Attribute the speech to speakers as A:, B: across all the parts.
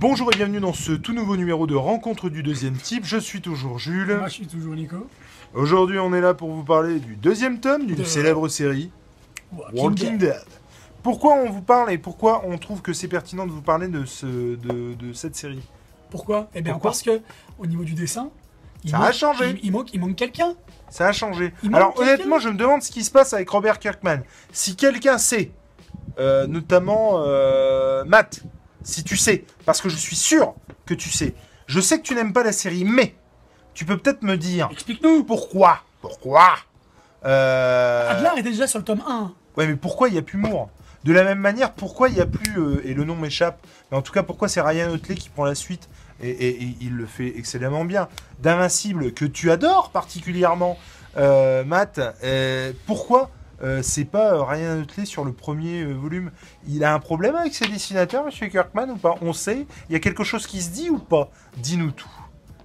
A: Bonjour et bienvenue dans ce tout nouveau numéro de Rencontre du deuxième type. Je suis toujours Jules.
B: Moi, je suis toujours Nico.
A: Aujourd'hui, on est là pour vous parler du deuxième tome d'une
B: De-
A: célèbre série,
B: Walking
A: Walking
B: Dead.
A: Dead. Pourquoi on vous parle et pourquoi on trouve que c'est pertinent de vous parler de, ce, de, de cette série
B: Pourquoi Eh bien,
A: Pourquoi
B: parce que au niveau du dessin, il
A: Ça a
B: manque,
A: changé.
B: Il, il manque, il manque quelqu'un.
A: Ça a changé.
B: Il manque
A: Alors
B: quelqu'un
A: honnêtement, je me demande ce qui se passe avec Robert Kirkman. Si quelqu'un sait, euh, notamment euh, Matt, si tu sais, parce que je suis sûr que tu sais. Je sais que tu n'aimes pas la série, mais tu peux peut-être me dire
B: Explique-nous.
A: pourquoi, pourquoi. euh,
B: Adler est déjà sur le tome 1.
A: Ouais, mais pourquoi il y a plus Moore De la même manière, pourquoi il y a plus euh, et le nom m'échappe. Mais en tout cas, pourquoi c'est Ryan Otley qui prend la suite et, et- et il le fait excellemment bien. D'Invincible que tu adores particulièrement, euh, Matt. euh, pourquoi euh, c'est pas euh, Ryan Otley sur le premier euh, volume Il a un problème avec ses dessinateurs, Monsieur Kirkman ou pas On sait. Il y a quelque chose qui se dit ou pas Dis-nous tout.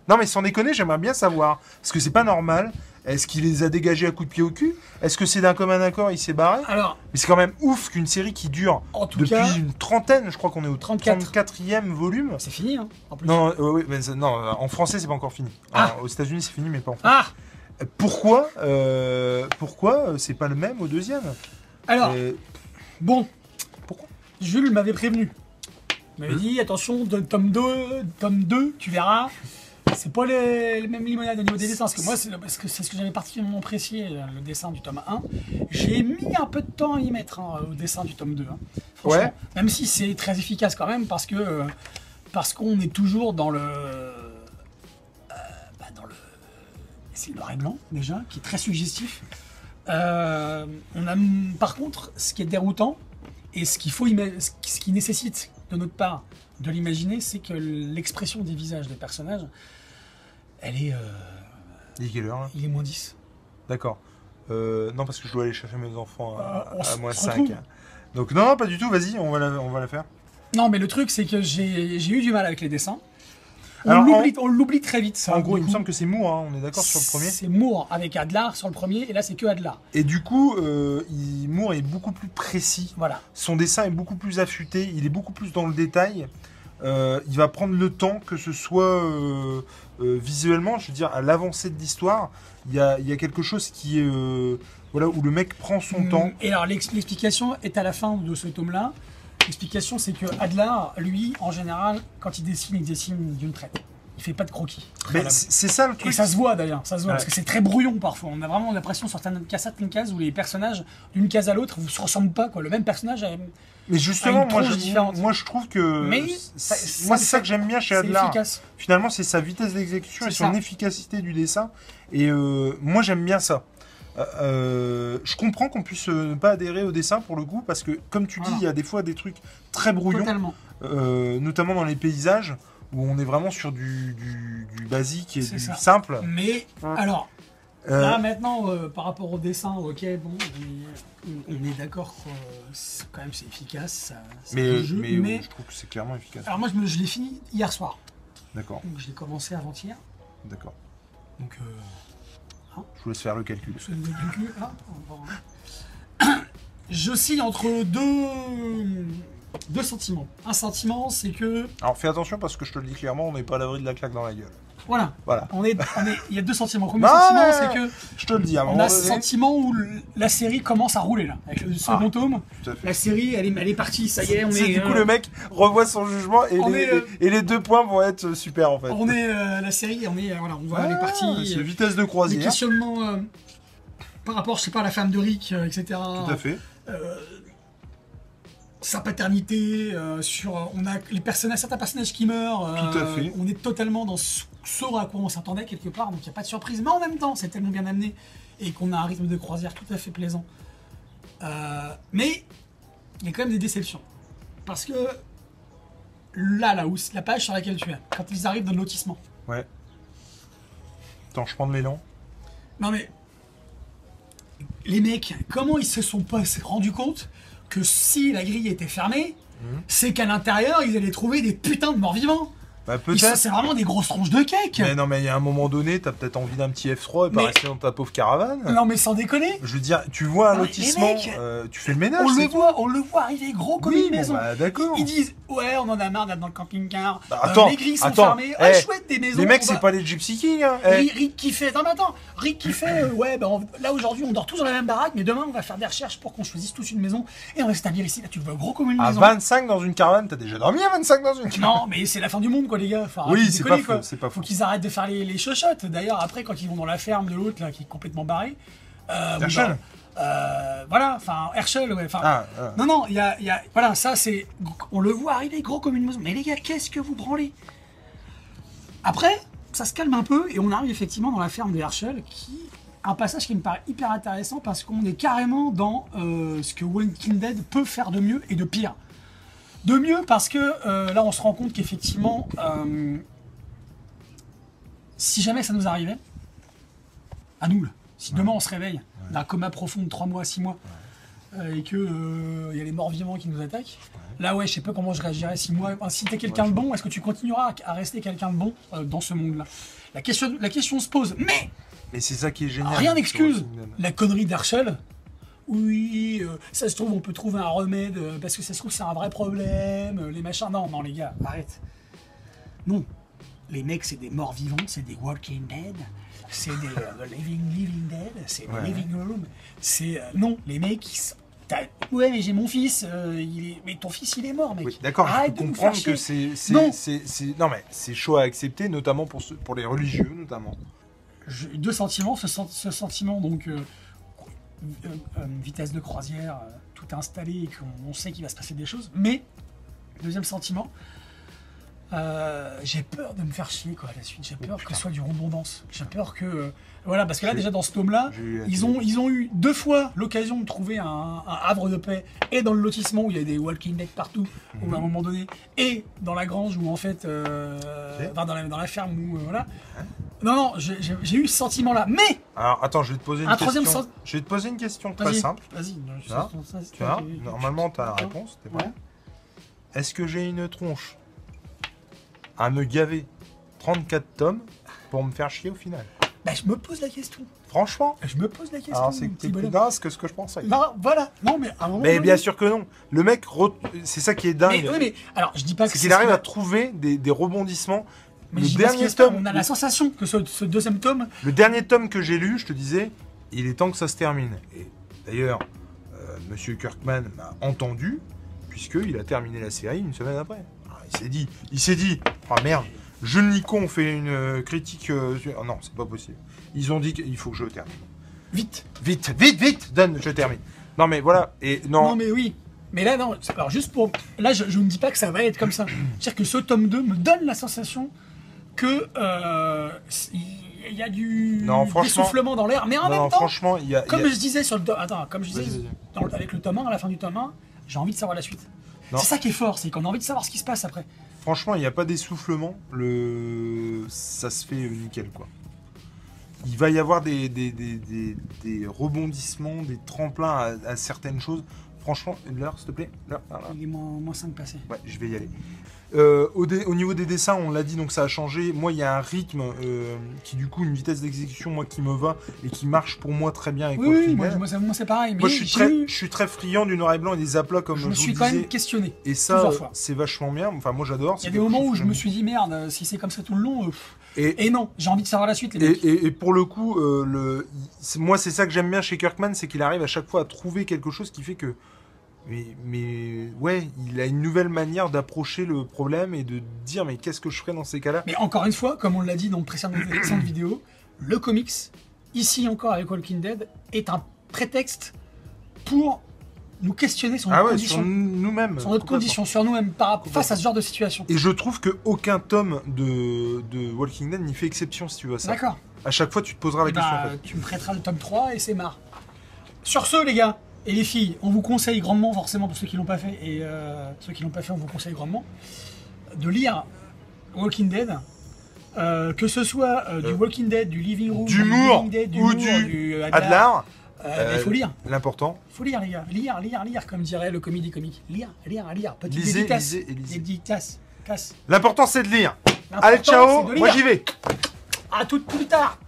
A: Non mais sans déconner, j'aimerais bien savoir. Parce que c'est pas normal. Est-ce qu'il les a dégagés à coups de pied au cul Est-ce que c'est d'un commun accord Il s'est barré
B: Alors,
A: mais c'est quand même ouf qu'une série qui dure
B: en tout
A: depuis
B: cas,
A: une trentaine, je crois qu'on est au
B: 34.
A: 34e volume.
B: c'est fini, hein, en plus.
A: Non, euh, oui, mais ça- non, euh, en français c'est pas encore fini.
B: Ah.
A: Alors, aux États-Unis c'est fini, mais pas en France.
B: Ah
A: Pourquoi, euh, pourquoi euh, c'est pas le même au deuxième
B: Alors,
A: Euh,
B: bon.
A: Pourquoi
B: Jules m'avait prévenu. Il m'avait
A: Hmm.
B: dit, attention, de- tome 2, tome 2, tu verras. C'est pas les, les mêmes limonades au niveau des dessins. Parce que moi, c'est parce que c'est ce que j'avais particulièrement apprécié, euh, le dessin du tome 1. J'ai mis un peu de temps à y mettre hein, au dessin du tome 2. hein. Franchement,
A: Ouais.
B: Même si c'est très efficace quand même, parce que euh, parce qu'on est toujours dans le. euh, bah, dans le. C'est le noir et blanc, déjà, qui est très suggestif. Euh, on a, mm, par contre, ce qui est déroutant et ce qu'il faut, ima- ce qui- ce qui nécessite de notre part de l'imaginer, c'est que l'expression des visages des personnages, elle est, euh,
A: Il est quelle heure là
B: il est moins 10.
A: D'accord. Euh, non, parce que je dois aller chercher mes enfants à,
B: Euh, on
A: à
B: s-
A: moins
B: on se
A: 5.
B: retrouve.
A: Donc non, non, pas du tout, vas-y, on, va la- on va la faire.
B: Non, mais le truc, c'est que j'ai j'ai eu du mal avec les dessins. On
A: Alors,
B: l'oublie- on l'oublie très vite, ça.
A: En gros, il
B: du
A: me
B: coup.
A: semble que c'est Moore, hein, on est d'accord sur le premier.
B: C'est Moore avec Adlar sur le premier, et là, c'est que Adlar.
A: Et du coup, euh, il- Moore est beaucoup plus précis
B: Voilà.
A: Son dessin est beaucoup plus affûté, il est beaucoup plus dans le détail. Euh, il va prendre le temps, que ce soit euh, euh, visuellement, je veux dire, à l'avancée de l'histoire, il y a, il y a quelque chose qui est. euh, voilà, où le mec prend son
B: Mm,
A: temps.
B: Et alors, l'ex- l'explication est à la fin de ce tome-là. L'explication, c'est que Adlar, lui, en général, quand il dessine, il dessine d'une traite. Il fait pas de croquis.
A: Mais
B: Voilà.
A: c'est c'est ça le
B: Et
A: truc.
B: ça se voit d'ailleurs, ça se voit,
A: Ouais.
B: parce que c'est très brouillon parfois. On a vraiment l'impression sur certaines cases, certaines cases où les personnages d'une case à l'autre ne se ressemblent pas. Quoi. Le même personnage, a-
A: Mais justement,
B: une
A: moi
B: tronche différente.
A: je, moi je trouve que.
B: Mais
A: c'est-
B: ça-
A: moi
B: ça-
A: c'est ça que j'aime bien chez
B: c'est
A: Adler.
B: efficace.
A: Finalement, c'est sa vitesse d'exécution et
B: C'est
A: son
B: ça.
A: efficacité du dessin. Et euh, moi, j'aime bien ça. Euh, euh, je comprends qu'on puisse euh, ne pas adhérer au dessin pour le coup, parce que, comme tu dis,
B: Voilà.
A: il y a des fois des trucs très brouillons,
B: Totalement.
A: euh, notamment dans les paysages, où on est vraiment sur du, du- du basique et
B: C'est
A: du
B: ça.
A: simple.
B: Mais alors,
A: Euh,
B: Là maintenant, euh, par rapport au dessin, ok, bon, on, on est d'accord que euh, c'est- quand même c'est efficace, ça, c'est
A: mais
B: un jeu,
A: mais,
B: mais,
A: euh, je trouve que c'est clairement efficace.
B: alors moi je, me- je l'ai fini hier soir,
A: D'accord,
B: donc je l'ai commencé avant-hier,
A: d'accord.
B: donc euh,
A: Je vous laisse faire le calcul.
B: je me donne du cul, hein, on va- J'oscille hein. entre deux, deux sentiments. Un sentiment, c'est que
A: Alors fais attention, parce que je te le dis clairement, on n'est pas à l'abri de la claque dans la gueule.
B: voilà,
A: Voilà,
B: on est, on est- il y a deux sentiments. Le premier
A: Non,
B: sentiment,
A: mais-
B: c'est que
A: je te le dis à un
B: on
A: moment
B: a
A: donné,
B: ce sentiment où le- la série commence à rouler là, avec le second tome.
A: Ah, tout à fait.
B: La série, elle est, elle est partie, ça y est, on est.
A: C'est du coup
B: euh,
A: le mec revoit son jugement et
B: on
A: les,
B: est, euh,
A: et les deux points vont être super en fait.
B: On est euh, la série, on est euh, voilà, on voit les parties,
A: Ah, C'est hein.
B: euh,
A: vitesse de
B: les
A: croisière.
B: questionnements euh, par rapport, je sais pas, à la femme de Rick, euh, etc.
A: Tout à fait.
B: Euh, sa paternité, euh, sur, euh, on a les personnages, certains personnages qui meurent. euh,
A: Tout à fait.
B: On est totalement dans ce ce à quoi on s'attendait quelque part, donc il n'y a pas de surprise. Mais en même temps, c'est tellement bien amené et qu'on a un rythme de croisière tout à fait plaisant. Euh, mais il y a quand même des déceptions. Parce que là, là où, la page sur laquelle tu es, quand ils arrivent dans le lotissement,
A: Ouais. Attends, je prends de l'élan.
B: Non mais les mecs, comment ils se sont pas rendus compte que si la grille était fermée,
A: Mhm.
B: c'est qu'à l'intérieur ils allaient trouver des putains de morts vivants.
A: Bah
B: Ils sont-
A: peut-être.
B: C'est vraiment des grosses tronches de cake.
A: Mais non, mais il y a un moment donné, t'as peut-être envie d'un petit F3 et pas
B: Mais-
A: rester dans ta pauvre caravane.
B: Non mais sans déconner,
A: Je veux dire, tu vois un
B: Non, mais les
A: lotissement,
B: mecs-
A: euh, tu fais le ménage.
B: on
A: c'est
B: le
A: tout.
B: voit, on le voit arriver gros comme
A: Oui,
B: une
A: bon,
B: maison.
A: bah, d'accord.
B: Ils disent Ouais, on en a marre d'être dans le camping-car.
A: Bah,
B: Euh,
A: attends,
B: les grilles sont
A: attends,
B: fermées. Ah,
A: eh,
B: chouette, des maisons.
A: Les mecs,
B: on
A: c'est
B: va-
A: pas les Gypsy Kings. hein. Eh,
B: Rick, Rick qui fait. Non, mais attends, Rick qui fait. euh, ouais, ben on- là aujourd'hui, on dort tous dans la même baraque, mais demain, on va faire des recherches pour qu'on choisisse tous une maison et on va s'établir ici. Là, tu le vois gros comme une
A: à
B: maison.
A: 25 dans une caravane, t'as déjà dormi à 25 dans une caravane
B: Non, mais c'est la fin du monde, quoi, les gars. Faut
A: Oui,
B: arrêter de
A: c'est
B: déconner,
A: pas faux,
B: quoi.
A: c'est pas faux.
B: Faut qu'ils arrêtent de faire les, les chochottes. D'ailleurs, après, quand ils vont dans la ferme de l'autre, là, qui est complètement barré. Euh, bon,
A: Herschel.
B: bah, euh, Voilà, enfin, Herschel, ouais. enfin,
A: Ah, ah.
B: Non, non, il y a, il y a- Voilà, ça, c'est. On le voit arriver gros comme une maison. Mais les gars, qu'est-ce que vous branlez Après, ça se calme un peu et on arrive effectivement dans la ferme de Herschel, qui. Un passage qui me paraît hyper intéressant parce qu'on est carrément dans euh, ce que Walking Dead peut faire de mieux et de pire. De mieux parce que euh, là, on se rend compte qu'effectivement, euh, si jamais ça nous arrivait, à nous, là, si demain on se réveille d'un coma profond de 3 mois, 6 mois, euh, et que euh, il y a les morts vivants qui nous attaquent, là, ouais, je sais pas comment je réagirais si moi, enfin, si t'es quelqu'un de bon, est-ce que tu continueras à, à rester quelqu'un de bon euh, dans ce monde-là la question, la question se pose, mais
A: Mais c'est ça qui est génial.
B: Rien
A: sur
B: n'excuse
A: Walking Dead.
B: la connerie d'Archel. Oui, euh, ça se trouve, on peut trouver un remède euh, parce que ça se trouve, c'est un vrai problème. euh, les machins. Non, non, les gars, arrête. Non. Les mecs, c'est des morts vivants, c'est des Walking Dead, c'est des euh, Living, living Dead, c'est des
A: Ouais.
B: Living Room. C'est. euh, non, les mecs, ils sont- t'as- Ouais, mais j'ai mon fils, euh, il est... mais ton fils, il est mort, mec.
A: Oui, d'accord, je
B: Arrête
A: peux
B: de nous
A: comprendre
B: faire
A: que
B: chier.
A: c'est c'est-
B: Non.
A: c'est- c'est- non mais c'est chaud à accepter, notamment pour ceux, pour les religieux notamment.
B: Je- deux sentiments, ce, sen- ce sentiment donc euh, euh, euh, vitesse de croisière, euh, tout installé et qu'on on sait qu'il va se passer des choses, mais deuxième sentiment, euh, j'ai peur de me faire chier quoi à la suite, j'ai peur que ce soit du redondance, j'ai peur que euh, voilà parce que là
A: Oh, J'ai-
B: déjà dans ce tome là,
A: j'ai eu la
B: ils
A: télé.
B: ont ils ont eu deux fois l'occasion de trouver un, un havre de paix et dans le lotissement où il y a des walking dead partout où à
A: Mhm.
B: un moment donné et dans la grange où en fait euh,
A: Ok.
B: enfin, dans, la, dans la ferme où euh, voilà non, non, j'ai j'ai- j'ai eu ce sentiment-là. Mais
A: Alors attends, je vais te poser une
B: Un
A: question.
B: troisième sens-
A: Je vais te poser une question très
B: Vas-y,
A: simple.
B: Vas-y, non, je-
A: Ah,
B: ça, c'est
A: Tu
B: toi
A: vois,
B: qui-
A: normalement t'as la
B: Attends.
A: réponse. t'es
B: Ouais.
A: prêt Est-ce que j'ai une tronche à me gaver 34 tomes pour me faire chier au final
B: Bah, je me pose la question.
A: Franchement,
B: Je me pose la question.
A: alors Ah, c'est
B: mon
A: que t'es
B: petit
A: plus
B: bonhomme.
A: dingue que ce que je pensais.
B: Là, voilà. Non, mais à un moment.
A: Mais
B: donné-
A: bien sûr que non. Le mec, re- c'est ça qui est dingue.
B: Mais, oui, mais alors, je dis pas que.
A: c'est
B: c'est
A: qu'il
B: ce
A: arrive
B: qui
A: à
B: va-
A: trouver des, des rebondissements.
B: Mais
A: le
B: je dis pas ce
A: dernier
B: qui va se passer.
A: tome-
B: On a la sensation que ce, ce deuxième tome.
A: Le dernier tome que j'ai lu, je te disais, il est temps que ça se termine. Et d'ailleurs, euh, Monsieur Kirkman m'a entendu, puisqu'il a terminé la série une semaine après. Alors, il s'est dit, il s'est dit, ah merde, Jeune Nico, on fait une euh, critique. euh, sur- oh non, c'est pas possible. Ils ont dit qu'il faut que je termine.
B: Vite.
A: Vite, vite, vite, donne, je termine. Non mais voilà, et non,
B: Non, mais oui. Mais là, non. c'est- Alors, juste pour. Là, je, je ne dis pas que ça va être comme ça. C'est-à-dire que ce tome 2 me donne la sensation que. euh, il y a du.
A: Non, franchement-
B: Essoufflement dans l'air. Mais en
A: non,
B: même
A: non,
B: temps.
A: franchement, il y a. il y a-
B: Comme je disais sur le to- attends, comme je disais
A: Vas-y, vas-y.
B: dans le- avec le tome 1 à la fin du tome 1, j'ai envie de savoir la suite.
A: Non.
B: C'est ça qui est fort, c'est qu'on a envie de savoir ce qui se passe après.
A: Franchement, il n'y a pas d'essoufflement. Le... Ça se fait nickel, quoi. Il va y avoir des, des, des, des, des rebondissements, des tremplins à, à certaines choses. Franchement, l'heure, s'il te plaît. L'heure, l'heure, l'heure.
B: Il est moins, moins 5 passé.
A: Ouais, je vais y aller. Euh, au, dé- au niveau des dessins, on l'a dit, donc ça a changé. Moi, il y a un rythme euh, qui, du coup, une vitesse d'exécution, moi, qui me va et qui marche pour moi très bien. Avec
B: Oui,
A: Walking
B: oui, moi,
A: Dead.
B: moi, ça- moi, c'est pareil. Mais
A: Moi, je suis,
B: j'ai
A: très,
B: eu-
A: je suis très friand du noir et blanc et des aplats, comme
B: je
A: je,
B: me
A: vous
B: suis
A: le
B: quand
A: disais.
B: même questionné.
A: Et ça,
B: plusieurs
A: euh,
B: fois.
A: c'est vachement bien. Enfin, moi, j'adore.
B: Il y a des moments où je me suis dit merde, euh, si c'est comme ça tout le long. euh, pff.
A: Et,
B: Et non, j'ai envie de savoir la suite, les
A: Et,
B: mecs.
A: et- et pour le coup, euh, le, il- c'est- moi, c'est ça que j'aime bien chez Kirkman, c'est qu'il arrive à chaque fois à trouver quelque chose qui fait que. Mais, mais ouais, il a une nouvelle manière d'approcher le problème et de dire mais qu'est-ce que je ferais dans ces cas-là
B: Mais encore une fois, comme on l'a dit dans le précédent- précédente vidéo, le comics, ici encore avec Walking Dead, est un prétexte pour nous questionner sur notre
A: Ah ouais, sur
B: condition,
A: nous-mêmes.
B: sur notre
A: complètement.
B: condition, sur nous-mêmes, par rapport- face à ce genre de situation.
A: Et je trouve que aucun tome de, de Walking Dead n'y fait exception si tu vois ça.
B: D'accord.
A: À chaque fois, tu te poseras la
B: Eh
A: question.
B: ben,
A: en fait.
B: Tu me prêteras le tome 3 et c'est marre. Sur ce, les gars et les filles, on vous conseille grandement, forcément, pour ceux qui l'ont pas fait, et euh, ceux qui l'ont pas fait, on vous conseille grandement, de lire Walking Dead. euh, que ce soit euh, du
A: Euh,
B: Walking Dead, du Living Room,
A: du
B: du
A: Moore
B: Living Dead, du
A: ou
B: Moore,
A: du
B: euh,
A: Adlar,
B: euh, il faut
A: euh,
B: lire,
A: l'important,
B: faut lire les gars, lire, lire, lire, comme dirait le comédie comique. Lire, lire, lire. Petite
A: Lisez,
B: dédicace,
A: lisez et lisez.
B: dédicace, casse.
A: l'important c'est de lire.
B: L'important,
A: Allez, ciao,
B: c'est de
A: moi
B: lire.
A: j'y vais.
B: À tout plus tard.